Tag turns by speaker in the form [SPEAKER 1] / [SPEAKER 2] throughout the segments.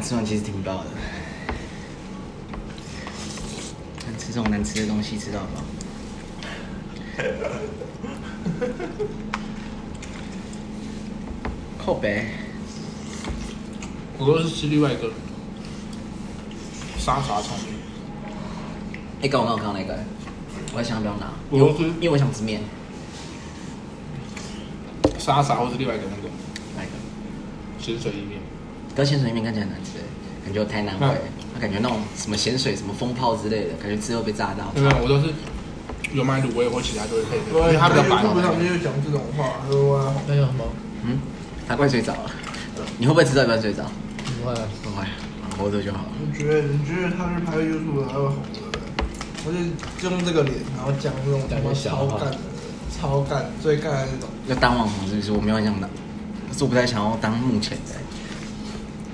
[SPEAKER 1] 吃完其实挺饱的。但吃这种难吃的东西吃到饱。 靠北，
[SPEAKER 2] 我都是吃另外一个沙茶炒面，
[SPEAKER 1] 哎、刚我刚刚那个，我在想要不要拿，
[SPEAKER 2] 我
[SPEAKER 1] 因为我
[SPEAKER 2] 是
[SPEAKER 1] 因为我想吃面，
[SPEAKER 2] 沙茶或是另外一个那个
[SPEAKER 1] 那个，
[SPEAKER 2] 咸水意面，
[SPEAKER 1] 可是咸水意面看起来很难吃，感觉我太难回
[SPEAKER 2] 嗯，
[SPEAKER 1] 它感觉那种什么咸水、什么风泡之类的，感觉吃后被炸到。
[SPEAKER 2] 对不对？我都是有卖卤味或其他就会配的，因为它
[SPEAKER 3] 他
[SPEAKER 2] 比较白。
[SPEAKER 3] YouTube 上面就讲这种话，说啊，
[SPEAKER 4] 那叫什么？
[SPEAKER 1] 嗯，他快睡着了，啊你会不会吃到一半睡着？
[SPEAKER 4] 不会，
[SPEAKER 1] 不会，活着就好了。
[SPEAKER 3] 你觉得你觉得他是拍 YouTube 还会红的？我就用这个脸，然后讲这种他妈超干的、超干、最干的那种。
[SPEAKER 1] 要当网红是不是？我没有很想当，可是我不太想要当目前的，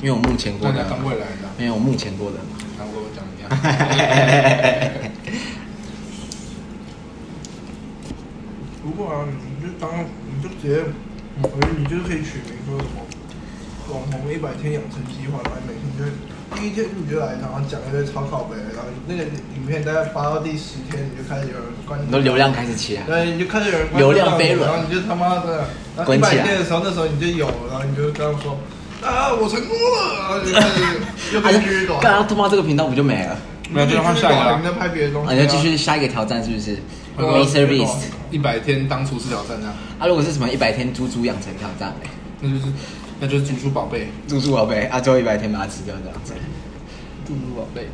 [SPEAKER 1] 因为我目前过
[SPEAKER 2] 那你
[SPEAKER 1] 的
[SPEAKER 2] 要，当未来的，
[SPEAKER 1] 因为我目前过 的。
[SPEAKER 2] 然后跟我讲一 样。
[SPEAKER 3] 不过啊，你就当你就直接，我觉得你就是可以取名说什么“网红一百天养成计划”，然后每天就第一天你就来，然后讲一堆超靠北的，然后那个影片大概发到第十天，你就开始有人关注
[SPEAKER 1] 你的流量开始起来，
[SPEAKER 3] 对，你就开始有人关
[SPEAKER 1] 流
[SPEAKER 3] 注
[SPEAKER 1] 量
[SPEAKER 3] 到你
[SPEAKER 1] 飞轮啊
[SPEAKER 3] 然后你就他妈的，然后一
[SPEAKER 1] 滚
[SPEAKER 3] 百
[SPEAKER 1] 起来
[SPEAKER 3] 天的时候，那时候你就有了，然后你就跟他说啊，我成功了，然后就开始又
[SPEAKER 1] 还
[SPEAKER 3] 被狙
[SPEAKER 1] 是
[SPEAKER 3] 狗，
[SPEAKER 1] 哎干 他他妈这个频道不就没了？
[SPEAKER 2] 没有就换下一个啊
[SPEAKER 3] 你在拍别的东西
[SPEAKER 1] 啊，
[SPEAKER 3] 啊，
[SPEAKER 1] 你要继续下一个挑战是不是
[SPEAKER 3] 对啊
[SPEAKER 1] ？Mr. Beast，
[SPEAKER 2] 一百天当厨师挑战啊，
[SPEAKER 1] 啊，如果是什么一百天猪猪养成挑战嘞，
[SPEAKER 2] 那就是那就是猪猪宝贝，
[SPEAKER 1] 猪猪宝贝，啊，最后一百天把它吃掉这样子。
[SPEAKER 2] 猪猪宝贝，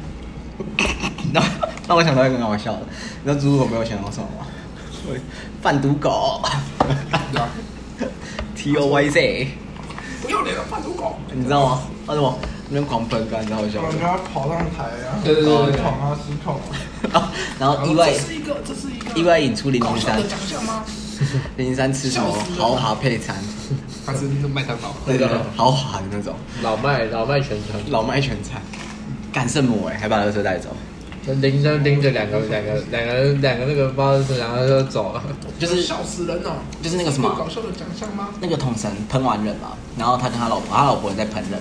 [SPEAKER 1] 那那我想到一个很好笑的，你知道猪猪宝贝我想到什么吗？贩毒狗
[SPEAKER 2] 对啊，
[SPEAKER 1] ，T O Y Z，
[SPEAKER 2] 不要脸了，啊贩毒狗。
[SPEAKER 1] 你知道吗？啊什么？那边狂喷干，超好笑
[SPEAKER 3] 然后
[SPEAKER 1] 的
[SPEAKER 3] 你。就要跑上台啊，
[SPEAKER 2] 对对对对对
[SPEAKER 3] 失控啊，失控啊，
[SPEAKER 1] 然后然后意外
[SPEAKER 2] 这是一个，这是一个
[SPEAKER 1] 意外引出零零三
[SPEAKER 2] 搞笑的，奖项吗？
[SPEAKER 1] 零零三吃什么
[SPEAKER 2] 笑死了啊
[SPEAKER 1] 豪华配餐，
[SPEAKER 2] 他是那个麦当劳，
[SPEAKER 1] 那个豪华的那种
[SPEAKER 4] 老麦老麦全程，
[SPEAKER 1] 老麦全餐，干圣母哎，还把那个车带走，
[SPEAKER 4] 那林珊盯着两个两个两个人两个那个包子，然后就走了。
[SPEAKER 1] 就是
[SPEAKER 2] 笑死人了，
[SPEAKER 1] 就是那个什么
[SPEAKER 2] 这是一搞笑的奖项吗？
[SPEAKER 1] 那个桶神喷完人嘛，然后他跟他老婆，他老婆也在喷人，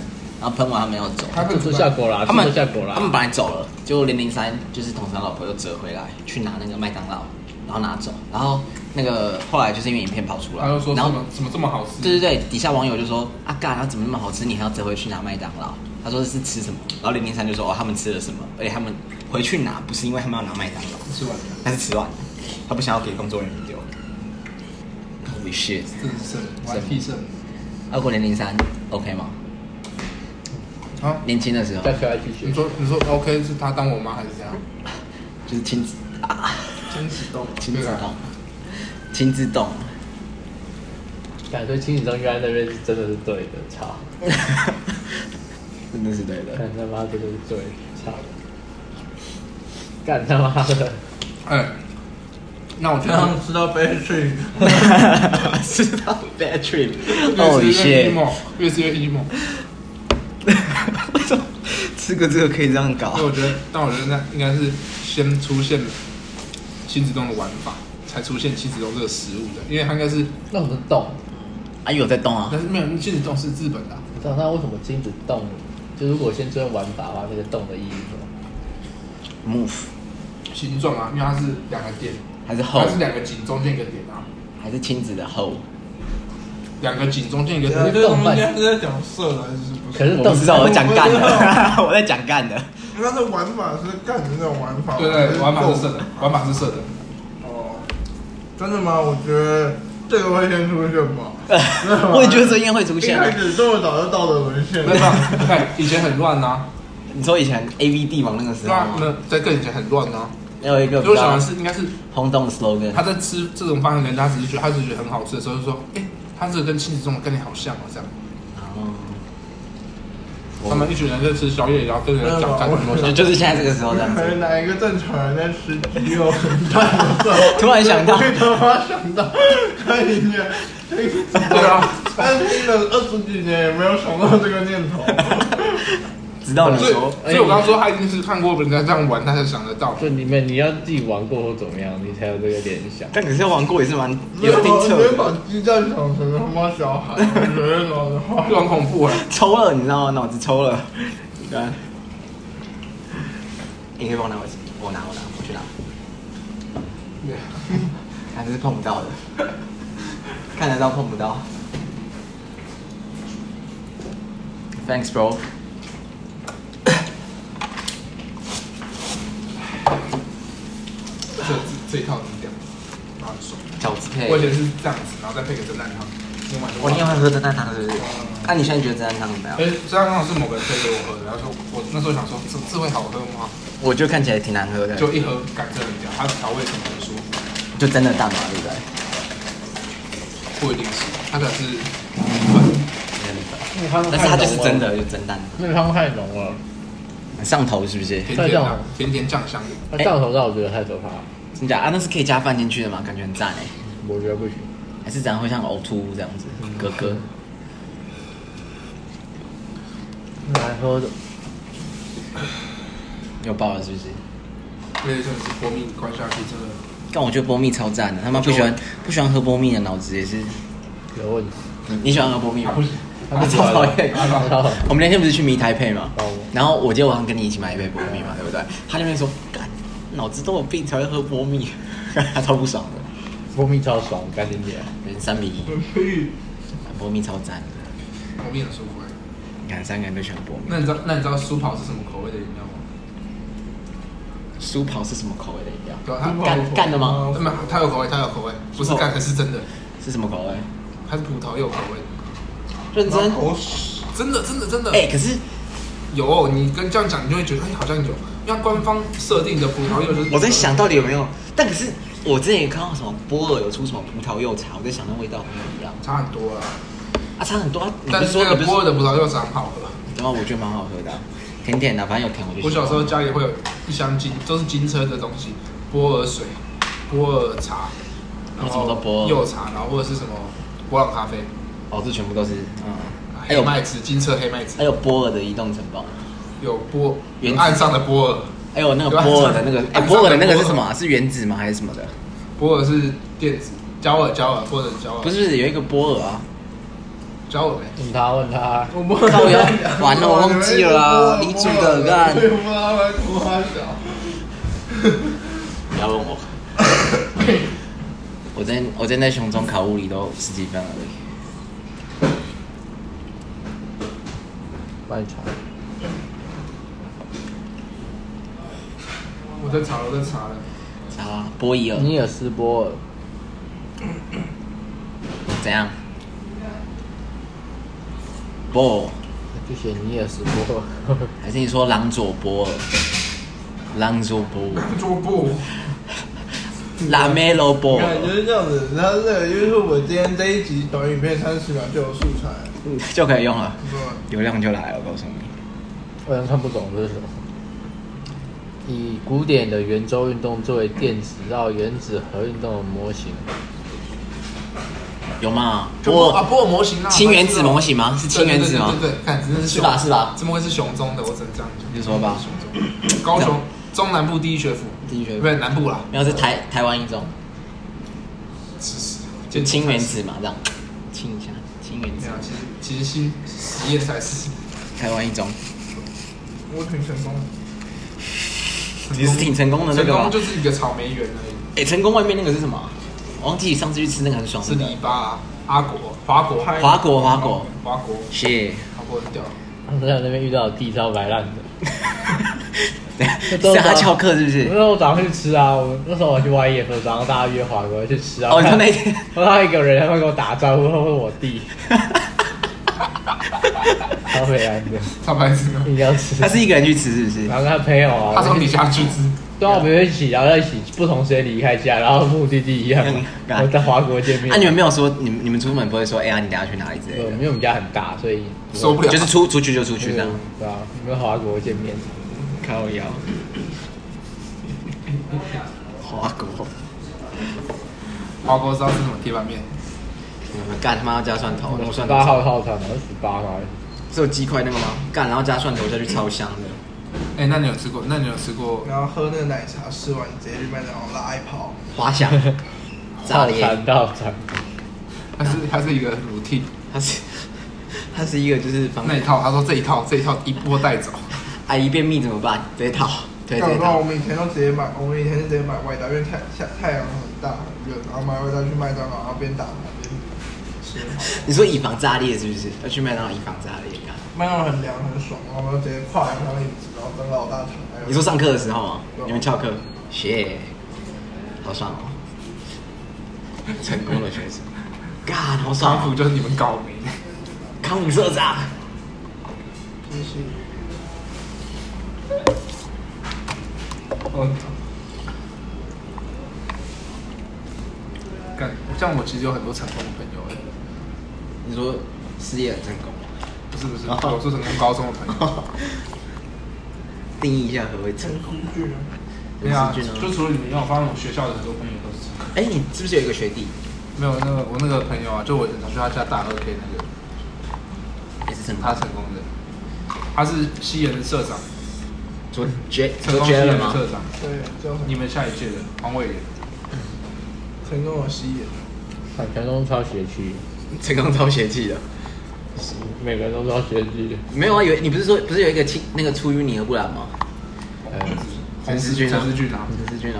[SPEAKER 1] 然后喷完他们要走，
[SPEAKER 2] 啊他
[SPEAKER 4] 做出效果啦，
[SPEAKER 1] 他们
[SPEAKER 4] 做出效果啦
[SPEAKER 1] 他。们本来走了，结果零零三就是统神老婆又折回来去拿那个麦当劳，然后拿走，然后那个后来就是因为影片跑出来，
[SPEAKER 2] 他又说
[SPEAKER 1] 然
[SPEAKER 2] 什
[SPEAKER 1] 后
[SPEAKER 2] 么怎么这么好吃？
[SPEAKER 1] 对对对，底下网友就说啊干，它怎么那么好吃？你还要折回去拿麦当劳？他说是吃什么？然后零零三就说哦，他们吃了什么？而且他们回去拿不是因为他们要拿麦当劳，
[SPEAKER 2] 吃完了，
[SPEAKER 1] 他是吃完的，他不想要给工作人员丢。Holy shit！
[SPEAKER 2] 真是剩，我还替剩
[SPEAKER 1] 二过零零三 OK 吗？
[SPEAKER 2] 啊！
[SPEAKER 1] 年轻的时候
[SPEAKER 4] 再跳下去学
[SPEAKER 2] 你，说你说 OK 是他当我妈还是这样？
[SPEAKER 1] 就是亲子啊，
[SPEAKER 3] 真启动。
[SPEAKER 2] 啊
[SPEAKER 1] 亲自动，亲自动。
[SPEAKER 4] 感觉亲子中原来那边是真的是对的，操！
[SPEAKER 1] 真的是对的。
[SPEAKER 4] 干他妈真的是对的，操！干他妈的！
[SPEAKER 2] 哎，那我觉
[SPEAKER 3] 这 样
[SPEAKER 2] 得
[SPEAKER 3] 知道 b a s t
[SPEAKER 1] 知道 bad trip，哦
[SPEAKER 2] 越吃越
[SPEAKER 1] 谢。
[SPEAKER 2] emo，越吃越 emo。
[SPEAKER 1] 为什么吃个这个可以这样搞
[SPEAKER 2] 所以？我觉得，但我觉得那应该是先出现亲子冻的玩法，才出现亲子冻这个食物的，因为它应该是，
[SPEAKER 4] 那我们动，
[SPEAKER 1] 啊，有在动啊
[SPEAKER 2] 但。是没有亲子冻是日本的啊、
[SPEAKER 4] 你知道他为什么亲子动？就如果先追玩法的话，那个动的意义是什么？
[SPEAKER 1] move
[SPEAKER 2] 形状啊，因为它是两个点，
[SPEAKER 1] 还是后
[SPEAKER 2] 它是两个井中间一个点啊，
[SPEAKER 1] 还是亲子的后？
[SPEAKER 2] 两个井中间一个
[SPEAKER 3] 这
[SPEAKER 2] 点，
[SPEAKER 3] 个东西是在讲色还是不
[SPEAKER 4] 可
[SPEAKER 3] 是？
[SPEAKER 4] 是
[SPEAKER 1] 我
[SPEAKER 4] 动
[SPEAKER 1] 不知道，我在讲 干
[SPEAKER 3] 我不知
[SPEAKER 1] 的，我在讲干的。
[SPEAKER 3] 因为它的玩法是干的那种玩法，
[SPEAKER 2] 对对，玩法是
[SPEAKER 3] 色
[SPEAKER 2] 射的，玩法是射的，
[SPEAKER 3] 哦，真的吗？我觉得这个会先出现吧。
[SPEAKER 1] 我也觉得这应该会出
[SPEAKER 3] 一
[SPEAKER 1] 现。啊
[SPEAKER 3] 开始这么早就到了文献，
[SPEAKER 2] 没有，对，以前很乱呐，
[SPEAKER 1] 你说以前 A V 帝王那个时
[SPEAKER 2] 对
[SPEAKER 1] 候
[SPEAKER 2] 啊，
[SPEAKER 1] 吗，
[SPEAKER 2] 那在更以前很乱呐，
[SPEAKER 1] 有一个
[SPEAKER 2] 所以
[SPEAKER 1] 比
[SPEAKER 2] 我想
[SPEAKER 1] 较
[SPEAKER 2] 的是，应该是
[SPEAKER 1] 轰动的 slogan，
[SPEAKER 2] 他在吃这种饭，人家只是觉得他只是觉得很好吃的时候，就说，哎，他这个跟亲子冻的概念好像啊，这样。
[SPEAKER 1] 哦
[SPEAKER 2] 他们一群人在吃宵夜，然后跟人讲干什么
[SPEAKER 1] 就
[SPEAKER 2] 事？
[SPEAKER 1] 就是现在这个时候这 样子。
[SPEAKER 3] 哪一个正常人在吃鸡肉很淡的时候，
[SPEAKER 1] 突然想到
[SPEAKER 3] 我他妈想到看一眼，这个
[SPEAKER 2] 对啊，
[SPEAKER 3] 但是听了二十几年也没有想到这个念头。
[SPEAKER 1] 直到你
[SPEAKER 2] 所以，
[SPEAKER 1] 说
[SPEAKER 2] 所以我刚刚说他一定是看过人家这样玩，他才想得到。
[SPEAKER 4] 就你们你要自己玩过或怎么样，你才有这个联想。
[SPEAKER 1] 但可是玩过也是蛮
[SPEAKER 3] 没有
[SPEAKER 1] 有
[SPEAKER 3] 啊，
[SPEAKER 1] 挺
[SPEAKER 3] 你
[SPEAKER 1] 扯
[SPEAKER 3] 会把
[SPEAKER 1] 的，
[SPEAKER 3] 鸡蛋想成他妈小孩，人老的话
[SPEAKER 2] 就很恐怖哎、
[SPEAKER 1] 抽了，你知道吗？脑子抽了。对啊。你可以帮我拿我，我拿我拿，我去拿。还是碰不到的，看得到碰不到。Thanks, bro。
[SPEAKER 2] 这这这一套很屌，啊很爽。
[SPEAKER 1] 饺子配
[SPEAKER 2] 我以前是这样子，然后再配个蒸蛋汤，今晚
[SPEAKER 1] 我
[SPEAKER 2] 就
[SPEAKER 1] 今天会喝蒸蛋汤是不是？那、你现在觉得蒸蛋汤怎么样
[SPEAKER 2] 哎？，这蛋汤是某个人推给我喝的，然后说我那时候想说这这会好喝吗？
[SPEAKER 1] 我就看起来挺难喝的，就
[SPEAKER 2] 就一喝感真的很屌，它的调味什么很舒服，
[SPEAKER 1] 就真的蛋嘛，对不对？
[SPEAKER 2] 不一定是它可能是
[SPEAKER 4] 那个汤
[SPEAKER 1] 但是它就是真，的，就蒸蛋，
[SPEAKER 4] 那个汤太浓了，
[SPEAKER 1] 很上头是不是？
[SPEAKER 2] 甜
[SPEAKER 4] 再
[SPEAKER 2] 甜
[SPEAKER 4] 这样
[SPEAKER 2] 的甜甜酱香的，
[SPEAKER 1] 哎
[SPEAKER 4] 它上头让我觉得太可怕了，
[SPEAKER 1] 真假啊？那是可以加饭进去的吗？感觉很赞哎，
[SPEAKER 4] 我觉得不行。
[SPEAKER 1] 还是这样会像呕吐物这样子？
[SPEAKER 4] 嗯
[SPEAKER 1] 哥哥，
[SPEAKER 4] 难喝的，
[SPEAKER 1] 又爆了是不是？
[SPEAKER 2] 而且真的是波蜜关啊下去真的
[SPEAKER 1] 但我觉得波蜜超赞的，他妈不喜欢不喜欢喝波蜜的脑子也是。嗯
[SPEAKER 4] 有问题。
[SPEAKER 1] 你喜欢喝波蜜吗？
[SPEAKER 4] 他啊不喜
[SPEAKER 1] 超
[SPEAKER 4] 欢
[SPEAKER 1] 讨厌。
[SPEAKER 4] 然后
[SPEAKER 1] 我们那天不是去迷台配嘛
[SPEAKER 4] 啊哦，
[SPEAKER 1] 然后我记得我好像跟你一起买一杯波蜜嘛，对不对？他那边说，干，脑子都有病才会喝波蜜， 他超不爽的，
[SPEAKER 4] 蜂蜜超爽，赶紧点。
[SPEAKER 1] 人三比一，
[SPEAKER 3] 所以
[SPEAKER 1] 波蜜超赞的，
[SPEAKER 2] 波蜜很舒服哎、
[SPEAKER 1] 你看三个人都喜欢波蜜。
[SPEAKER 2] 那你知道那你知道苏跑是什么口味的饮料吗？
[SPEAKER 1] 苏跑是什么口味的饮料？
[SPEAKER 2] 对啊，它呃
[SPEAKER 1] 干干的吗？
[SPEAKER 2] 没有，它有口味，它有口味，不是干的，是真的，
[SPEAKER 1] 是什么口味？
[SPEAKER 2] 它是葡萄柚口味，
[SPEAKER 1] 认真。
[SPEAKER 3] 口水
[SPEAKER 2] 真的真的真的。
[SPEAKER 1] 哎，可是
[SPEAKER 2] 有，你跟这样讲，你就会觉得哎、好像有。因为它官方设定的葡萄柚就是
[SPEAKER 1] 我在想到底有没有？但可是我之前也看到什么波尔有出什么葡萄柚茶，我在想那味道有没有一样
[SPEAKER 2] 差很多啦，
[SPEAKER 1] 啊？差很多啊！你不
[SPEAKER 2] 但
[SPEAKER 1] 是
[SPEAKER 2] 是
[SPEAKER 1] 说
[SPEAKER 2] 那
[SPEAKER 1] 你不
[SPEAKER 2] 个
[SPEAKER 1] 是说
[SPEAKER 2] 波尔的葡萄柚是很好喝。
[SPEAKER 1] 然后我觉得蛮好喝的啊、甜甜的啊，反正有甜我就喜
[SPEAKER 2] 我
[SPEAKER 1] 欢。
[SPEAKER 2] 小时候家里会有一箱金，都是金车的东西，波尔水、波尔茶，然
[SPEAKER 1] 为什么都波
[SPEAKER 2] 后
[SPEAKER 1] 尔
[SPEAKER 2] 柚茶，然后或者是什么波朗咖啡，啊
[SPEAKER 1] 哦，这全部都是嗯，还
[SPEAKER 2] 黑
[SPEAKER 1] 有
[SPEAKER 2] 哎麦汁、金车黑麦汁，
[SPEAKER 1] 还有波尔的移动城堡，
[SPEAKER 2] 有波
[SPEAKER 1] 原
[SPEAKER 2] 有岸上的波尔，
[SPEAKER 1] 还有那个
[SPEAKER 2] 对啊
[SPEAKER 1] 波尔的那个，哎、
[SPEAKER 2] 上上
[SPEAKER 1] 波尔的那个是
[SPEAKER 2] 波尔
[SPEAKER 1] 什么啊、是原子吗？还是什么的？
[SPEAKER 2] 波尔是电子，焦耳焦耳或者焦耳，
[SPEAKER 1] 不是，有一个波 尔啊，
[SPEAKER 2] 焦耳呗。
[SPEAKER 4] 问他问他，
[SPEAKER 3] 我不
[SPEAKER 1] 靠腰完了我忘记了 啊你煮的干
[SPEAKER 3] 对妈来煮花小，
[SPEAKER 1] 不要问我。 我今天我今天在熊中考物理都十几分而已，
[SPEAKER 4] 帮你查。
[SPEAKER 2] 我在查，我在查了，
[SPEAKER 1] 啊，波伊尔
[SPEAKER 4] 尼尔斯波尔，
[SPEAKER 1] 怎样？波尔
[SPEAKER 4] 就写尼尔斯波尔，
[SPEAKER 1] 还是你说朗佐波尔？朗佐波尔，
[SPEAKER 2] 桌布
[SPEAKER 1] 拉梅罗波尔
[SPEAKER 3] 感，觉是这样子。然后这个就是我今天这一集短影片三十秒就有素材，
[SPEAKER 1] 嗯就可以用了，
[SPEAKER 3] 是吧？
[SPEAKER 1] 流量就来了，我告诉你。
[SPEAKER 4] 我想看不懂这是什么。以古典的圆周运动作为电子绕原子核运动的模型，
[SPEAKER 1] 有吗？
[SPEAKER 2] 就
[SPEAKER 1] 波
[SPEAKER 2] 波
[SPEAKER 1] 尔
[SPEAKER 2] 啊波尔模型啊，
[SPEAKER 1] 氢原子模型吗？是氢原子吗？
[SPEAKER 2] 对对对对对，看真的是
[SPEAKER 1] 是吧是吧
[SPEAKER 2] 怎么会是熊中的？我只能这样讲。
[SPEAKER 1] 你就说吧
[SPEAKER 2] 熊中，高雄中南部第一学府，
[SPEAKER 1] 第一学府
[SPEAKER 2] 不是南部啦，
[SPEAKER 1] 没有，是台台湾一种，
[SPEAKER 2] 是
[SPEAKER 1] 就是氢原。子嘛，这样亲一下，氢原
[SPEAKER 2] 没
[SPEAKER 1] 子
[SPEAKER 2] 有，，其实其实新实验才是
[SPEAKER 1] 台湾一种，
[SPEAKER 3] 我挺成功的。
[SPEAKER 1] 你是挺成功的那
[SPEAKER 2] 成
[SPEAKER 1] 个
[SPEAKER 2] 功
[SPEAKER 1] 吗？
[SPEAKER 2] 就是一个草莓园而
[SPEAKER 1] 哎，成功外面那个是什么？我忘记上次去吃那个很爽
[SPEAKER 2] 已，是
[SPEAKER 1] 的
[SPEAKER 2] 篱笆啊，阿国、华国、
[SPEAKER 3] 嗨
[SPEAKER 1] 华国华国，
[SPEAKER 2] 华国，
[SPEAKER 1] 是，
[SPEAKER 2] 华国很屌，
[SPEAKER 4] 他们在那边遇到的地超白烂的。
[SPEAKER 1] 是他翘课是不
[SPEAKER 4] 那
[SPEAKER 1] 是？
[SPEAKER 4] 时候我早上去吃啊，我那时候我去外夜喝，然后大家约华哥去吃啊。
[SPEAKER 1] 哦，你说那天，
[SPEAKER 4] 碰到一个人，他会跟我打招呼，他问我弟，超北安的，
[SPEAKER 2] 他白痴啊，
[SPEAKER 4] 一定要 吃。
[SPEAKER 1] 他是一个人去吃是不是？
[SPEAKER 4] 然后他朋友啊，
[SPEAKER 2] 他从底下去吃，
[SPEAKER 4] 对啊，我们一起，然后在一起不同时间离开家，然后目的地一样嘛，
[SPEAKER 1] 嗯
[SPEAKER 4] 然后在华国见面。
[SPEAKER 1] 啊，你们没有说，你们你们出门不会说，哎呀，你等下去哪里之
[SPEAKER 4] 对，
[SPEAKER 1] 类
[SPEAKER 4] 因
[SPEAKER 1] 的？
[SPEAKER 4] 为我们家很大，所以
[SPEAKER 2] 受不了，
[SPEAKER 1] 就是出出去就出去这样，
[SPEAKER 4] 对啊，你们华国见面，
[SPEAKER 1] 靠腰，华国。
[SPEAKER 2] 华国知道是什么铁板面，
[SPEAKER 1] 干他妈要加蒜头，那个蒜头
[SPEAKER 4] 啊八号套餐，然后十八块，
[SPEAKER 1] 只有鸡块那个吗？干，然后加蒜头下去，超香的。
[SPEAKER 2] 哎、那你有吃过？那你有吃过？
[SPEAKER 3] 然后喝那个奶茶，吃完你直接去麦当劳拉一泡，
[SPEAKER 1] 滑 翔，炸
[SPEAKER 4] 到
[SPEAKER 1] 裂，
[SPEAKER 4] 馋到馋，
[SPEAKER 2] 它是它是一个 routine
[SPEAKER 1] 它是它是一个就是防
[SPEAKER 2] 那一套，他说这一套这一套一波带走。
[SPEAKER 1] 阿姨便秘怎么办？直接套，对，直
[SPEAKER 3] 要
[SPEAKER 1] 接
[SPEAKER 3] 不然
[SPEAKER 1] 套
[SPEAKER 3] 我。们以前都直接买，我们以前是直接买外带，因为太太太阳很大很热，然后买外带去麦当劳，然后边打牌边吃。
[SPEAKER 1] 你说以防炸裂是不是？要去麦当劳以防炸裂干？
[SPEAKER 3] 麦当劳很凉很爽，然后我们就直接跨两张椅子，然后跟老大躺在那边。
[SPEAKER 1] 你说上课的时候啊
[SPEAKER 3] 对，啊
[SPEAKER 1] 你们翘课，谢，好爽哦！ 成功的学生，干，好爽
[SPEAKER 2] 川普
[SPEAKER 1] 哦！
[SPEAKER 2] 就是你们搞没的。
[SPEAKER 1] 康姆社长，
[SPEAKER 3] 真是
[SPEAKER 2] 我干，像我其实有很多成功的朋友哎，
[SPEAKER 1] 你说事业很成 功，
[SPEAKER 2] 不是不是，
[SPEAKER 1] 哦
[SPEAKER 2] 我是成功高中的 朋友。
[SPEAKER 1] 定义一下何为成
[SPEAKER 3] 陈
[SPEAKER 1] 功？
[SPEAKER 3] 思俊啊，
[SPEAKER 2] 对啊，
[SPEAKER 1] 有四句
[SPEAKER 2] 就
[SPEAKER 1] 呢
[SPEAKER 2] 除了你们以外，我发现我学校的很多朋友都是成功。
[SPEAKER 1] 哎，你是不是有一个学弟
[SPEAKER 2] 没有那个我那个朋友啊，就我以前常去他家大二 K 那个，
[SPEAKER 1] 也是成
[SPEAKER 2] 他
[SPEAKER 1] 功？
[SPEAKER 2] 成功的，他是西人的社长，
[SPEAKER 1] 昨绝
[SPEAKER 2] 成
[SPEAKER 1] 昨
[SPEAKER 2] 功西
[SPEAKER 1] 绝
[SPEAKER 2] 人
[SPEAKER 1] 了
[SPEAKER 2] 的
[SPEAKER 1] 吗？
[SPEAKER 2] 社长，
[SPEAKER 3] 对，叫什
[SPEAKER 2] 你
[SPEAKER 3] 么？
[SPEAKER 2] 们下一届的黄伟仁。
[SPEAKER 3] 成功有吸引。
[SPEAKER 4] 反全都超学区，
[SPEAKER 1] 成功超邪气的。
[SPEAKER 4] 每个人都超学区。
[SPEAKER 1] 没有啊，有你不是说不是有一个亲那个出淤泥而不染吗？
[SPEAKER 4] 呃，
[SPEAKER 1] 陈思俊啊，
[SPEAKER 2] 陈思俊啊，
[SPEAKER 1] 陈思 俊啊。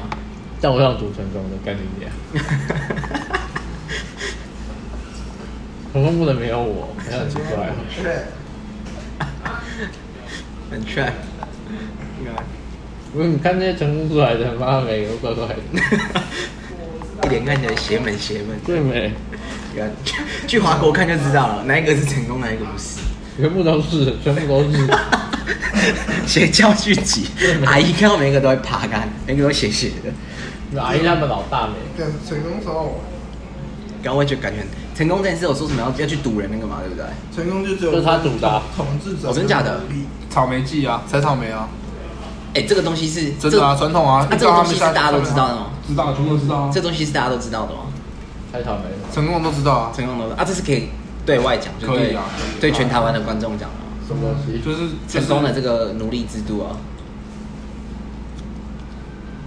[SPEAKER 4] 但我想读成功的，干你娘！成功不能没有我，好像很奇怪哦。
[SPEAKER 3] 对，
[SPEAKER 1] 很帅。
[SPEAKER 4] 因为你看那些成功出来的，妈每个都怪怪的，
[SPEAKER 1] 一脸看起来邪门邪门，
[SPEAKER 4] 最美
[SPEAKER 1] 对啊去华国看就知道了，哪一个是成功，哪一个不是。
[SPEAKER 4] 全部都是，全部都是。
[SPEAKER 1] 邪教聚集，阿姨看到每一个都会爬杆，每一个都斜斜的。
[SPEAKER 4] 阿姨他们老大美，
[SPEAKER 3] 但成功超好玩。
[SPEAKER 1] 然后我就感觉成功这件事，我说什么要要去堵人那个嘛，对不对？
[SPEAKER 3] 成功就只有
[SPEAKER 4] 这是他赌的啊
[SPEAKER 3] 统治者，
[SPEAKER 1] 哦真假的
[SPEAKER 2] 草莓季啊，采草莓啊，
[SPEAKER 1] 哎，这个东西是
[SPEAKER 2] 真的啊，传统啊，
[SPEAKER 1] 那这个
[SPEAKER 2] 一到他
[SPEAKER 1] 东
[SPEAKER 2] 们
[SPEAKER 1] 西是
[SPEAKER 2] 下
[SPEAKER 1] 大家都知道的吗？哦
[SPEAKER 2] 知道，全部都知道啊
[SPEAKER 1] 这，东西是大家都知道的吗？
[SPEAKER 4] 太草莓了。
[SPEAKER 2] 成功的都知道啊，
[SPEAKER 1] 成功的啊，这是可以对外讲，就
[SPEAKER 2] 可以
[SPEAKER 1] 对
[SPEAKER 2] 啊可以
[SPEAKER 1] 对全台湾的观众讲啊。
[SPEAKER 4] 什么东西？
[SPEAKER 2] 就是
[SPEAKER 1] 成功的这
[SPEAKER 2] 就
[SPEAKER 1] 个奴隶制度啊，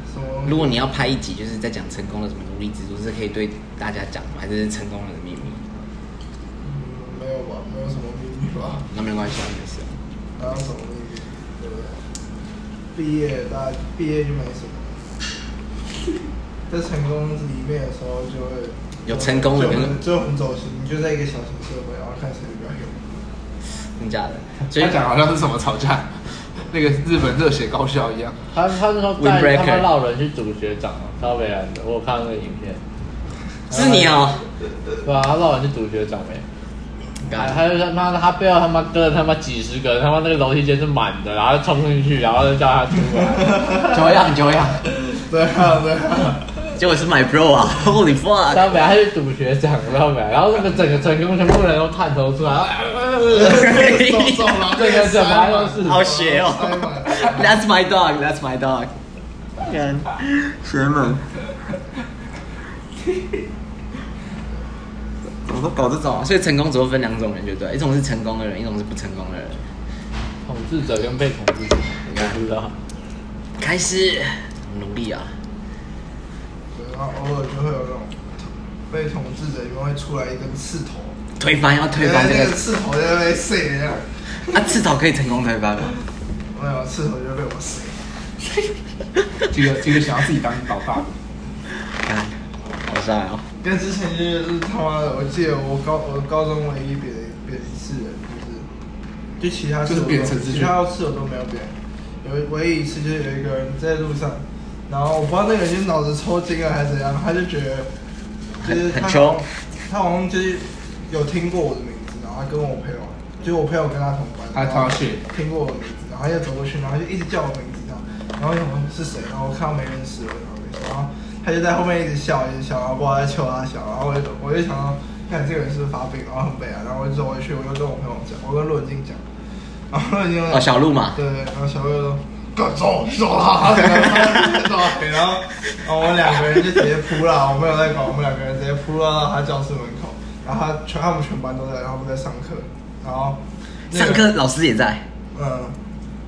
[SPEAKER 3] 什么？
[SPEAKER 1] 如果你要拍一集，就是在讲成功的什么奴隶制度，是可以对大家讲吗？还是成功人的秘密？
[SPEAKER 3] 嗯没有吧，没有什么秘密吧，
[SPEAKER 1] 那没关系，啊，没事啊。
[SPEAKER 3] 哪有什么秘密？对不对？毕业大毕业就没什么。在成功里面的时候，就会
[SPEAKER 1] 有成功的
[SPEAKER 3] 就
[SPEAKER 1] 那个
[SPEAKER 3] 很就很走心，你就在一个小型社会，然后看谁比较有。
[SPEAKER 1] 真假的？
[SPEAKER 2] 是
[SPEAKER 1] 所以
[SPEAKER 2] 他讲好像是什么吵架， 那个日本热血高校一样，
[SPEAKER 4] 他他那时候带
[SPEAKER 1] Windbreaker
[SPEAKER 4] 他们老人去组学长，超北蓝的，我有看到那个影片。
[SPEAKER 1] 是你哦、
[SPEAKER 4] 对啊，他老人去组学长哎、
[SPEAKER 1] 干
[SPEAKER 4] 他就他妈的，他背后他妈跟了他妈几十个人，他妈那个楼梯间是满的，然后冲进去，然后就叫他出来。
[SPEAKER 1] 久仰久仰，
[SPEAKER 3] 对啊，对啊。
[SPEAKER 1] 结果是 my bro 啊，Holy fuck！
[SPEAKER 4] 张北他去组学长，知道没？然后那个整个成功全部人都探头出来，
[SPEAKER 3] 中了
[SPEAKER 4] 这个怎么又是？
[SPEAKER 1] 好邪哦、
[SPEAKER 3] 塞满
[SPEAKER 1] t h a t s my dog，That's my dog。干，邪门！怎么都搞这种、啊？所以成功只会分两种人，就对了，一种是成功的人，一种是不成功的人。
[SPEAKER 4] 统治者跟被统治者，
[SPEAKER 1] 你看
[SPEAKER 4] 我不知道。
[SPEAKER 1] 开始努力啊！
[SPEAKER 3] 然后偶尔就会有那种被统治者里面会出来一根刺头，哎
[SPEAKER 1] 推翻要推翻这
[SPEAKER 3] 那个
[SPEAKER 1] 个
[SPEAKER 3] 刺头就会被碎那样，
[SPEAKER 1] 啊，至少可以成功推翻吧？
[SPEAKER 3] 没有刺头就被我碎。
[SPEAKER 2] 这个这个想要自己当老大的，
[SPEAKER 1] 看，好帅哦！
[SPEAKER 3] 跟之前就是他妈的，我记得我高我高中唯一贬贬一次人，就是就其他
[SPEAKER 2] 就
[SPEAKER 3] 次我
[SPEAKER 2] 是
[SPEAKER 3] 都
[SPEAKER 2] 扁陈志
[SPEAKER 3] 其
[SPEAKER 2] 俊
[SPEAKER 3] 他次我都没有贬，有一唯一一次就是有一个人在路上，然后我不知道那个人就是脑子抽筋啊了还是怎样，他就觉得就是
[SPEAKER 1] 很
[SPEAKER 3] 他
[SPEAKER 1] 很穷
[SPEAKER 3] 好像他好像就是有听过我的名字，然后他跟我朋友，就是我朋友跟他同班，
[SPEAKER 2] 他
[SPEAKER 3] 然后
[SPEAKER 2] 他去
[SPEAKER 3] 听过我的名字，然后他就走过去，然后就一直叫我名字，这样，然后我想说是谁，然后我看到没认识我，然后没说然后他就在后面一直笑，一直笑，然后不知道在求他笑，然后我就我就想到，看这个人是不是发病，然后很悲哀，然后我就走回去，我就跟我朋友讲，我跟陆文静讲，然后陆文静就
[SPEAKER 1] 哦，小鹿嘛，
[SPEAKER 3] 对对，然后小哥说。干走走啦！ 走啦然后，然后我们两个人就直接扑了，我没有在搞，我们两个人直接扑到他教室门口，然后他全他们全班都在，然后我们在上课，然后
[SPEAKER 2] 那个
[SPEAKER 1] 上课老师也在，
[SPEAKER 3] 嗯，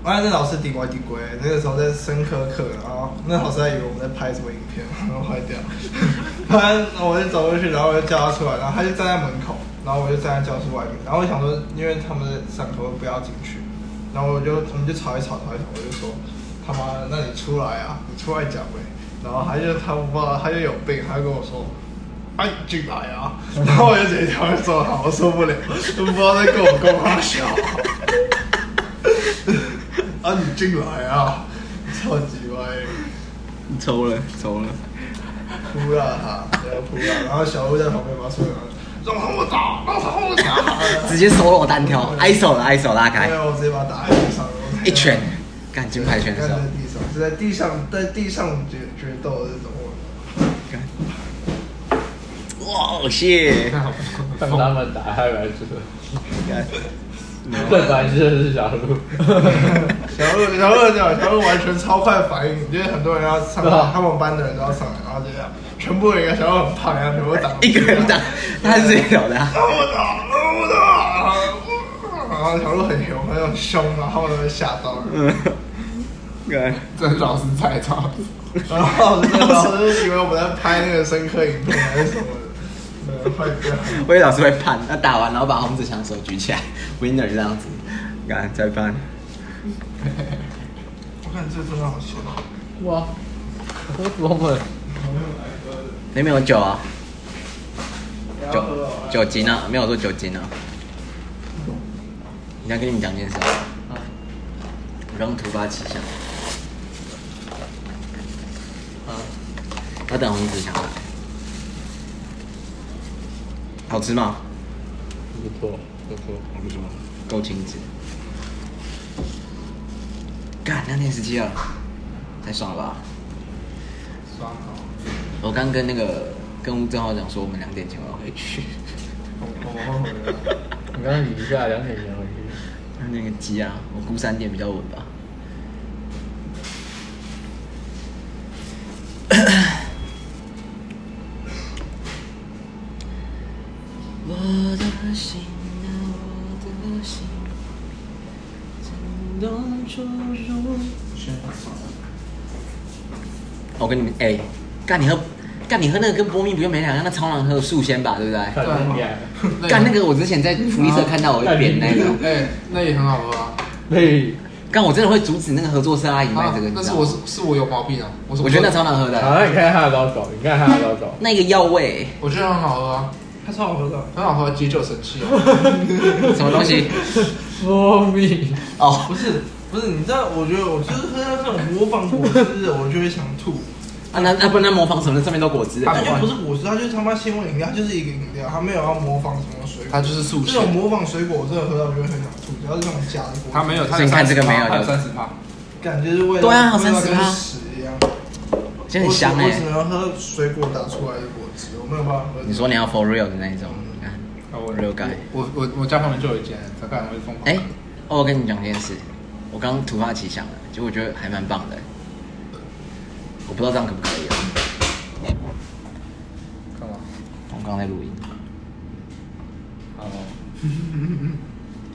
[SPEAKER 3] 完了那老师顶呱顶呱，那个时候在生科课，然后那老师还以为我们在拍什么影片，然后坏掉。完了我就走过去，然后我就叫他出来，然后他就站在门口，然后我就站在教室外面，然后我想说，因为他们在上课，我不要进去，然后我就我们就吵一吵，吵一吵，我就说他妈的，那你出来啊，你出来讲呗。然后他就他不知道，他就有病，他就跟我说。哎，进来啊！ 然后我就直接跳去说好，我受不了，都不知道在跟我公他笑。啊，你进来啊！ 超级歪，啊
[SPEAKER 1] 抽了抽了，
[SPEAKER 3] 扑啦他，然后扑啦，啊然后小欧在旁边把手拿，让他们打，让他们打。
[SPEAKER 1] 直接 solo 单 挑，挨手了挨手拉开
[SPEAKER 3] 没，有，我直接把他打在地上，然后
[SPEAKER 1] 一拳，干金牌拳
[SPEAKER 3] 干
[SPEAKER 1] 手
[SPEAKER 3] 在，地上，是在地上，在地上决决斗的这种。
[SPEAKER 1] 干，哇哦谢，
[SPEAKER 2] 看好
[SPEAKER 4] 让他们打开来就是，
[SPEAKER 1] 干
[SPEAKER 4] 正版就是小鹿，
[SPEAKER 3] 小鹿，小鹿这样，小鹿完全超快反应，因为很多人要上
[SPEAKER 4] 对啊
[SPEAKER 3] 来，他们班的人都要上来，然后就这样，全部人，小鹿很胖，然后全部打
[SPEAKER 1] 一个人打，他是最屌的啊，
[SPEAKER 3] 啊我打，啊我打，然后小鹿很凶，很凶，然后被吓到了，
[SPEAKER 1] 嗯，干，
[SPEAKER 2] 这是老师在场，
[SPEAKER 3] 然后老师以为我们在拍那个深刻影片还是什么的，呃，坏掉。
[SPEAKER 1] 我以为老师会判，他打完然后把红子强手举起来，winner 这样子，干再判，
[SPEAKER 3] 我看这真的好笑，
[SPEAKER 4] 哇，我疯了，
[SPEAKER 1] 那边有酒啊，酒酒
[SPEAKER 3] 就
[SPEAKER 1] 精啊，没有说酒精啊，你要跟你们讲件事啊，我刚突发奇想，要等红子强来，好吃吗？
[SPEAKER 4] 不错不错，
[SPEAKER 1] 我不说，够精致。干，两点十七了，太爽了吧！
[SPEAKER 3] 爽哦，
[SPEAKER 1] 我刚跟那个跟吴正浩讲说，我们两点前我要回去，
[SPEAKER 3] 我后悔了。
[SPEAKER 4] 你刚刚理一下两点前回去，
[SPEAKER 1] 那个鸡啊，我估三点比较稳吧。 我的心啊，我的心，震动出入。我跟你们，哎、干你喝，干你喝那个跟波蜜不用没两样，那超难喝的素鲜吧，对不对？
[SPEAKER 4] 看他俩，
[SPEAKER 1] 干那个我之前在福利社看到我一扁那个，
[SPEAKER 2] 哎、那也很好喝啊。
[SPEAKER 4] 嘿，
[SPEAKER 1] 干我真的会阻止那个合作社阿姨卖
[SPEAKER 2] 啊
[SPEAKER 1] 这个，，你
[SPEAKER 2] 那
[SPEAKER 1] 知
[SPEAKER 2] 是
[SPEAKER 1] 道
[SPEAKER 2] 我
[SPEAKER 1] 吗？
[SPEAKER 2] 是是我有毛病啊，我是
[SPEAKER 1] 我觉得那超难喝
[SPEAKER 4] 好，
[SPEAKER 1] 的，
[SPEAKER 4] 那你看他的 logo，你看他的 logo，
[SPEAKER 1] 那个药味
[SPEAKER 2] 我觉得很好喝啊，
[SPEAKER 3] 他超好喝的，
[SPEAKER 2] 很好喝，解酒神器、啊。
[SPEAKER 1] 什么东西？
[SPEAKER 4] 说明
[SPEAKER 1] 哦
[SPEAKER 3] 不，是不是，你知道，我觉得我就是喝到这种模仿果汁，我就会想吐。
[SPEAKER 1] 啊那那不能模仿什么，上面都果汁
[SPEAKER 3] 它就
[SPEAKER 1] 的。
[SPEAKER 3] 不是果汁，它就是他妈纤维饮料，它就是一个饮料，它没有要模仿什么水果
[SPEAKER 2] 它。就是素
[SPEAKER 3] 这
[SPEAKER 2] 鲜
[SPEAKER 3] 种，模仿水果，我真的喝到就会很想吐。只要是这种假的果，
[SPEAKER 2] 它没有，它
[SPEAKER 1] 所以你看这个没有
[SPEAKER 2] 它
[SPEAKER 1] 就
[SPEAKER 2] 有
[SPEAKER 1] 是
[SPEAKER 2] 三十趴，
[SPEAKER 3] 感觉是味道，
[SPEAKER 1] 对啊
[SPEAKER 3] 味道
[SPEAKER 1] 30
[SPEAKER 3] 跟
[SPEAKER 1] 趴
[SPEAKER 3] 屎一样。
[SPEAKER 1] 真的很香
[SPEAKER 3] 我
[SPEAKER 1] 哎
[SPEAKER 3] 只我只能喝水果打出来的果汁，我没有办法喝。
[SPEAKER 1] 你说你要 for real 的那一种，干
[SPEAKER 2] 啊我
[SPEAKER 1] 六盖
[SPEAKER 2] 我我我家旁边就有一间，大概我会疯狂。
[SPEAKER 1] 哎、哦我跟你讲件事，我刚突发奇想了，就我觉得还蛮棒的，我不知道这样可不可以啊？
[SPEAKER 2] 干嘛？
[SPEAKER 1] 我刚刚在录音，
[SPEAKER 3] 嗯
[SPEAKER 4] 哦，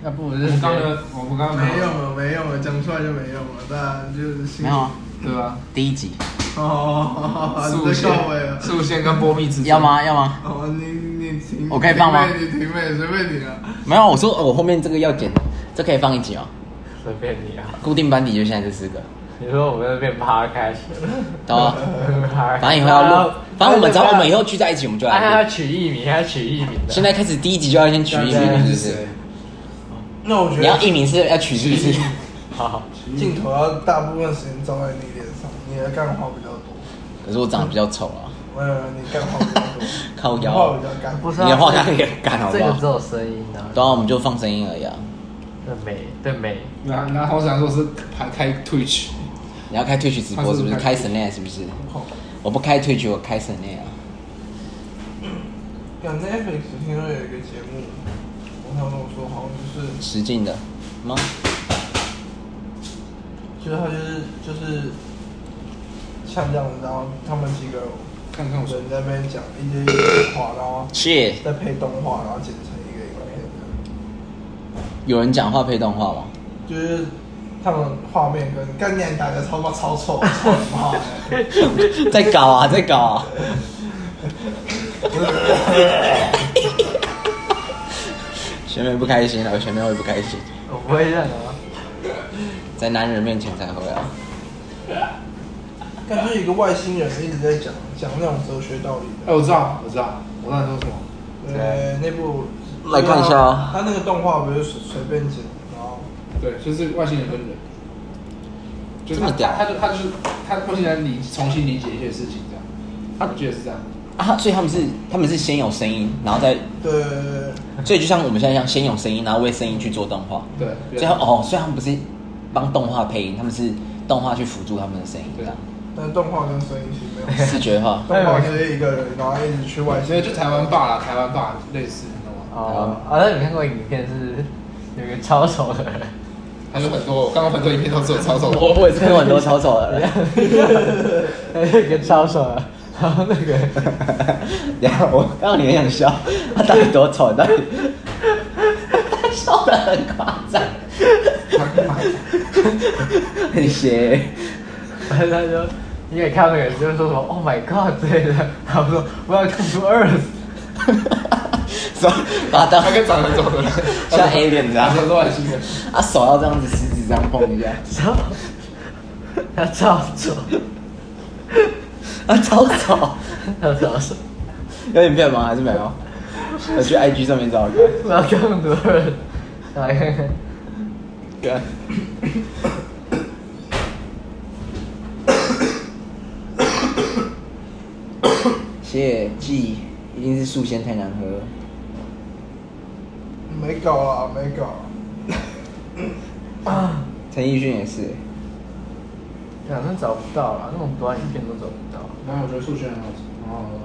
[SPEAKER 4] 那不我
[SPEAKER 2] 我
[SPEAKER 4] 是
[SPEAKER 2] 们刚的，我们刚刚
[SPEAKER 3] 没用了，没用了，讲出来就没用了，大家就是心
[SPEAKER 1] 没有啊，
[SPEAKER 2] 对吧？
[SPEAKER 1] 第一集
[SPEAKER 3] 哦，
[SPEAKER 2] 素
[SPEAKER 3] 你在告白
[SPEAKER 2] 鲜，
[SPEAKER 3] 啊？
[SPEAKER 2] 素鲜跟波蜜之间
[SPEAKER 1] 要？吗？要吗？
[SPEAKER 3] 哦，你你停，
[SPEAKER 1] 我可以放吗
[SPEAKER 3] 你停呗，随便你啊。
[SPEAKER 1] 没有，我说哦我后面这个要剪，这可以放一集哦。
[SPEAKER 4] 随便你啊，
[SPEAKER 1] 固定班底就现在这四个，
[SPEAKER 4] 你说我们那边 podcast，
[SPEAKER 1] 懂吗？
[SPEAKER 4] 反
[SPEAKER 1] 反正以后要录，反正我们只要我们以后聚在一起，我们就
[SPEAKER 3] 哎
[SPEAKER 4] 啊，他
[SPEAKER 1] 来
[SPEAKER 4] 要
[SPEAKER 1] 录。
[SPEAKER 4] 取艺名，他要取艺名的。
[SPEAKER 1] 现在开始第一集就要先取艺名，是不是？
[SPEAKER 3] 那我觉
[SPEAKER 1] 你要
[SPEAKER 3] 得
[SPEAKER 1] 艺名是要取是不是？
[SPEAKER 4] 好好，
[SPEAKER 3] 镜头要大部分时间照在你脸上，你的干话比较多。
[SPEAKER 1] 可是我长得比较丑啊，
[SPEAKER 3] 没有，你干话比较多，
[SPEAKER 1] 靠
[SPEAKER 3] 你话
[SPEAKER 1] 腰
[SPEAKER 3] 比。较干。
[SPEAKER 4] 不是啊
[SPEAKER 1] 你的话刚也干好
[SPEAKER 4] 这
[SPEAKER 1] 不
[SPEAKER 4] 个只
[SPEAKER 1] 好？
[SPEAKER 4] 有声音啊，
[SPEAKER 1] 然后我们就放声音而已啊。
[SPEAKER 4] 对美对美，
[SPEAKER 2] 然后然后想说是还开 Twitch，
[SPEAKER 1] 你要开 Twitch 直播是不是？
[SPEAKER 2] 他
[SPEAKER 1] 开
[SPEAKER 2] 是
[SPEAKER 1] s n a 是不是？
[SPEAKER 3] 好
[SPEAKER 1] 我不开 Twitch，我开 s n a 啊。
[SPEAKER 3] 感觉 Netflix 听说有一个节目，我朋友跟我说，好像就是，
[SPEAKER 1] 实境的吗？
[SPEAKER 3] 就是他就是就是像这样子，然后他们几个
[SPEAKER 2] 看看我说
[SPEAKER 3] 人在那边讲一些一些话，然后
[SPEAKER 1] 切，
[SPEAKER 3] 再配动画，然后剪成一个影片这样。
[SPEAKER 1] 有人讲话配动画 吗？
[SPEAKER 3] 就是他们画面跟干念打的超爆超丑，操你妈的！
[SPEAKER 1] 在搞啊，在搞 啊！学妹不开心了，学妹会不开心，
[SPEAKER 4] 我不会认啊。
[SPEAKER 1] 在男人面前才会啊。
[SPEAKER 3] 感觉有一个外星人一直在讲讲那种哲学道理的。
[SPEAKER 2] 哎，我知道，我知道，我刚才说什么？
[SPEAKER 3] 呃，那部
[SPEAKER 1] 来看一下啊
[SPEAKER 3] 他那个动画不是随随便剪，然后
[SPEAKER 2] 对，就是外星人跟人，就是
[SPEAKER 1] 这
[SPEAKER 2] 他
[SPEAKER 1] 么屌
[SPEAKER 2] 他他他就是他外星人理重新理解一些事情这样，他我记得是这样，
[SPEAKER 1] 啊，所以他们是他们是先有声音，然后再，
[SPEAKER 3] 对
[SPEAKER 1] 所以就像我们现在一样，先有声音，然后为声音去做动画。
[SPEAKER 2] 对，啊
[SPEAKER 1] 所以他哦，所以他们不是帮动画配音，他们是动画去辅助他们的声音，这
[SPEAKER 2] 对啊
[SPEAKER 1] 样
[SPEAKER 3] 但动画跟声音其实没 有，
[SPEAKER 1] 视觉 化。
[SPEAKER 3] 动画就是一个人，然后一直去外
[SPEAKER 2] 啊所以
[SPEAKER 3] 星，
[SPEAKER 2] 就台湾霸啦，台湾霸类似，你懂吗？
[SPEAKER 4] 哦，啊，那你看过影片是有一个超丑的人，
[SPEAKER 2] 还有很多，刚刚很多影片都是有操作
[SPEAKER 1] 我我也是看过很多超丑的人。
[SPEAKER 4] 有一个超丑的，然后那个
[SPEAKER 1] 然后我刚刚你很想笑，他到底多丑？到底他笑得很夸张，很邪。
[SPEAKER 4] 反正他就你也看到那个人就说什么 “Oh my God” 之类的，然后说 “Welcome to Earth”，
[SPEAKER 1] 手把他当
[SPEAKER 2] 他跟长得走的人，
[SPEAKER 1] 像 alien 这样
[SPEAKER 2] 他是外星人，
[SPEAKER 1] 他手要这样子，食指这样碰一下，
[SPEAKER 4] 然后他超丑，
[SPEAKER 1] 他超丑。
[SPEAKER 4] 他 超丑
[SPEAKER 1] 有影片吗？还是没 有？我去 IG 上面找看。
[SPEAKER 4] ，“Welcome to Earth”，来看看，
[SPEAKER 1] 对。 谢记一定是素鲜太难喝了。
[SPEAKER 3] 没搞啊，没搞 啊。
[SPEAKER 1] 陈奕迅也是，
[SPEAKER 4] 反正找不到了，那种短影片都找不到。
[SPEAKER 2] 然后我觉得数学很好，很好喝，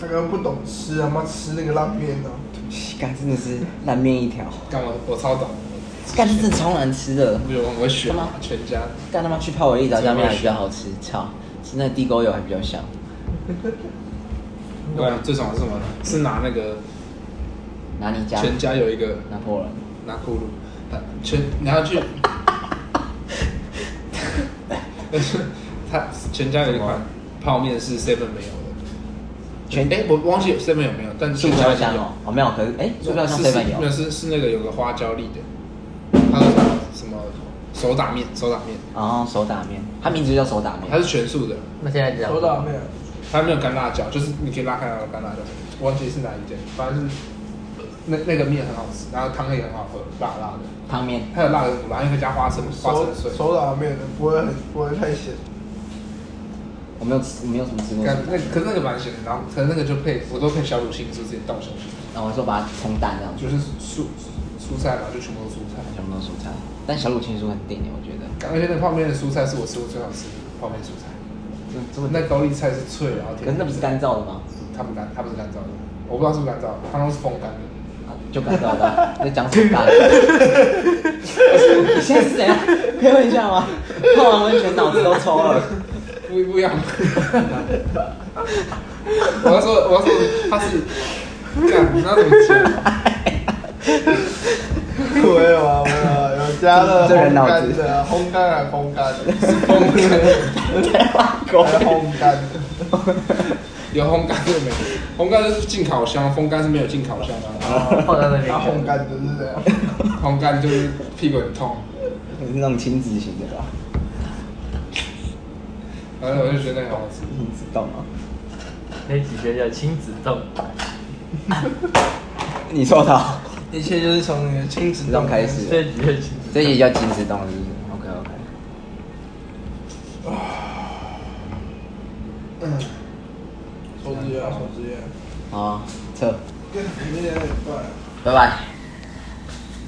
[SPEAKER 3] 他刚刚不懂吃啊，妈吃那个拉面呢、
[SPEAKER 1] 干真的是烂面一条，
[SPEAKER 2] 干我我超懂，
[SPEAKER 1] 干这真的超难吃的，
[SPEAKER 2] 不我我
[SPEAKER 1] 干
[SPEAKER 2] 选
[SPEAKER 1] 嘛
[SPEAKER 2] 全家，
[SPEAKER 1] 干他妈去泡我一炸酱面还比较好吃，操！是那地沟油还比较香，
[SPEAKER 2] 对，最爽的是什么？是拿那个
[SPEAKER 1] 拿你家
[SPEAKER 2] 全家有一个
[SPEAKER 1] 拿破仑，
[SPEAKER 2] 拿骷髅，他全你要去，他全家有一款泡面是 Seven 没有的，
[SPEAKER 1] 全
[SPEAKER 2] 哎、我忘记 Seven 有没有，但
[SPEAKER 1] 塑
[SPEAKER 2] 全家
[SPEAKER 1] 胶
[SPEAKER 2] 已经
[SPEAKER 1] 箱
[SPEAKER 2] 有
[SPEAKER 1] 哦，，哦没有，可是哎，塑胶箱
[SPEAKER 2] 是
[SPEAKER 1] 谁
[SPEAKER 2] 是
[SPEAKER 1] 没
[SPEAKER 2] 没
[SPEAKER 1] 有
[SPEAKER 2] 有？是是那个有个花椒粒的，它是什么手打面，手打面，
[SPEAKER 1] 哦，手打面，它名字就叫手打面，
[SPEAKER 2] 它是全素的，
[SPEAKER 4] 那现在 讲
[SPEAKER 3] 手打面，
[SPEAKER 2] 它没有干辣椒，就是你可以拉开它的干辣椒，我忘记是哪一间，反正是那那个面很好吃，然后汤也很好喝，辣辣的，
[SPEAKER 1] 汤面。
[SPEAKER 2] 还有辣的骨辣，因为加花生花
[SPEAKER 3] 手
[SPEAKER 2] 生碎。
[SPEAKER 3] 手打面的不会很不会太咸，
[SPEAKER 1] 我没有吃，我没有什么吃过。
[SPEAKER 2] 感那可是那个蛮咸的，然后可是那个就配我都配小卤青，就直接倒下去，
[SPEAKER 1] 然后我就把它冲淡这样子，
[SPEAKER 2] 就是蔬蔬菜嘛，就全部都是蔬菜。
[SPEAKER 1] 全部都是蔬菜。但小卤青蔬很顶耶，我觉得。
[SPEAKER 2] 而且那个泡面的蔬菜是我吃过最好吃的泡面蔬菜，
[SPEAKER 1] 这这么
[SPEAKER 2] 那高丽菜是脆然后
[SPEAKER 1] 可
[SPEAKER 2] 甜。
[SPEAKER 1] 是那不是干燥的吗？
[SPEAKER 2] 它不干，它不是干燥的，我不知道是不是干燥，它都是风干的。
[SPEAKER 1] 啊就干燥的 啊。你在讲什么大？你现在是怎样？可以问一下吗？泡完温泉脑子都抽了。
[SPEAKER 2] 不不一样。 我要说，我要说，它是干，那怎么吃？
[SPEAKER 3] 没有啊，没有啊，有加了
[SPEAKER 1] 这人
[SPEAKER 3] 烘
[SPEAKER 1] 脑
[SPEAKER 3] 干
[SPEAKER 1] 子
[SPEAKER 3] 的啊，烘干还烘干的，
[SPEAKER 1] 狗
[SPEAKER 3] 还烘干的。
[SPEAKER 2] 有烘干的没？烘干就是进烤箱，风干是没有进烤箱的、
[SPEAKER 4] 放在那边
[SPEAKER 3] 然后烘干就是这样，
[SPEAKER 2] 烘干就是屁股很痛。
[SPEAKER 1] 是那种亲子型的吧？
[SPEAKER 2] 反正我就觉得那个好吃。
[SPEAKER 1] 你知道吗？
[SPEAKER 4] 那几个叫亲子洞，
[SPEAKER 1] 你说他
[SPEAKER 3] 一切就是从你的亲子
[SPEAKER 1] 洞开始
[SPEAKER 4] 这几个亲子
[SPEAKER 1] 这也叫亲子洞是不是？OK OK。
[SPEAKER 3] 抽支烟，抽支烟，嗯
[SPEAKER 1] 好，撤，
[SPEAKER 3] 跟你那点很快。
[SPEAKER 1] 拜拜。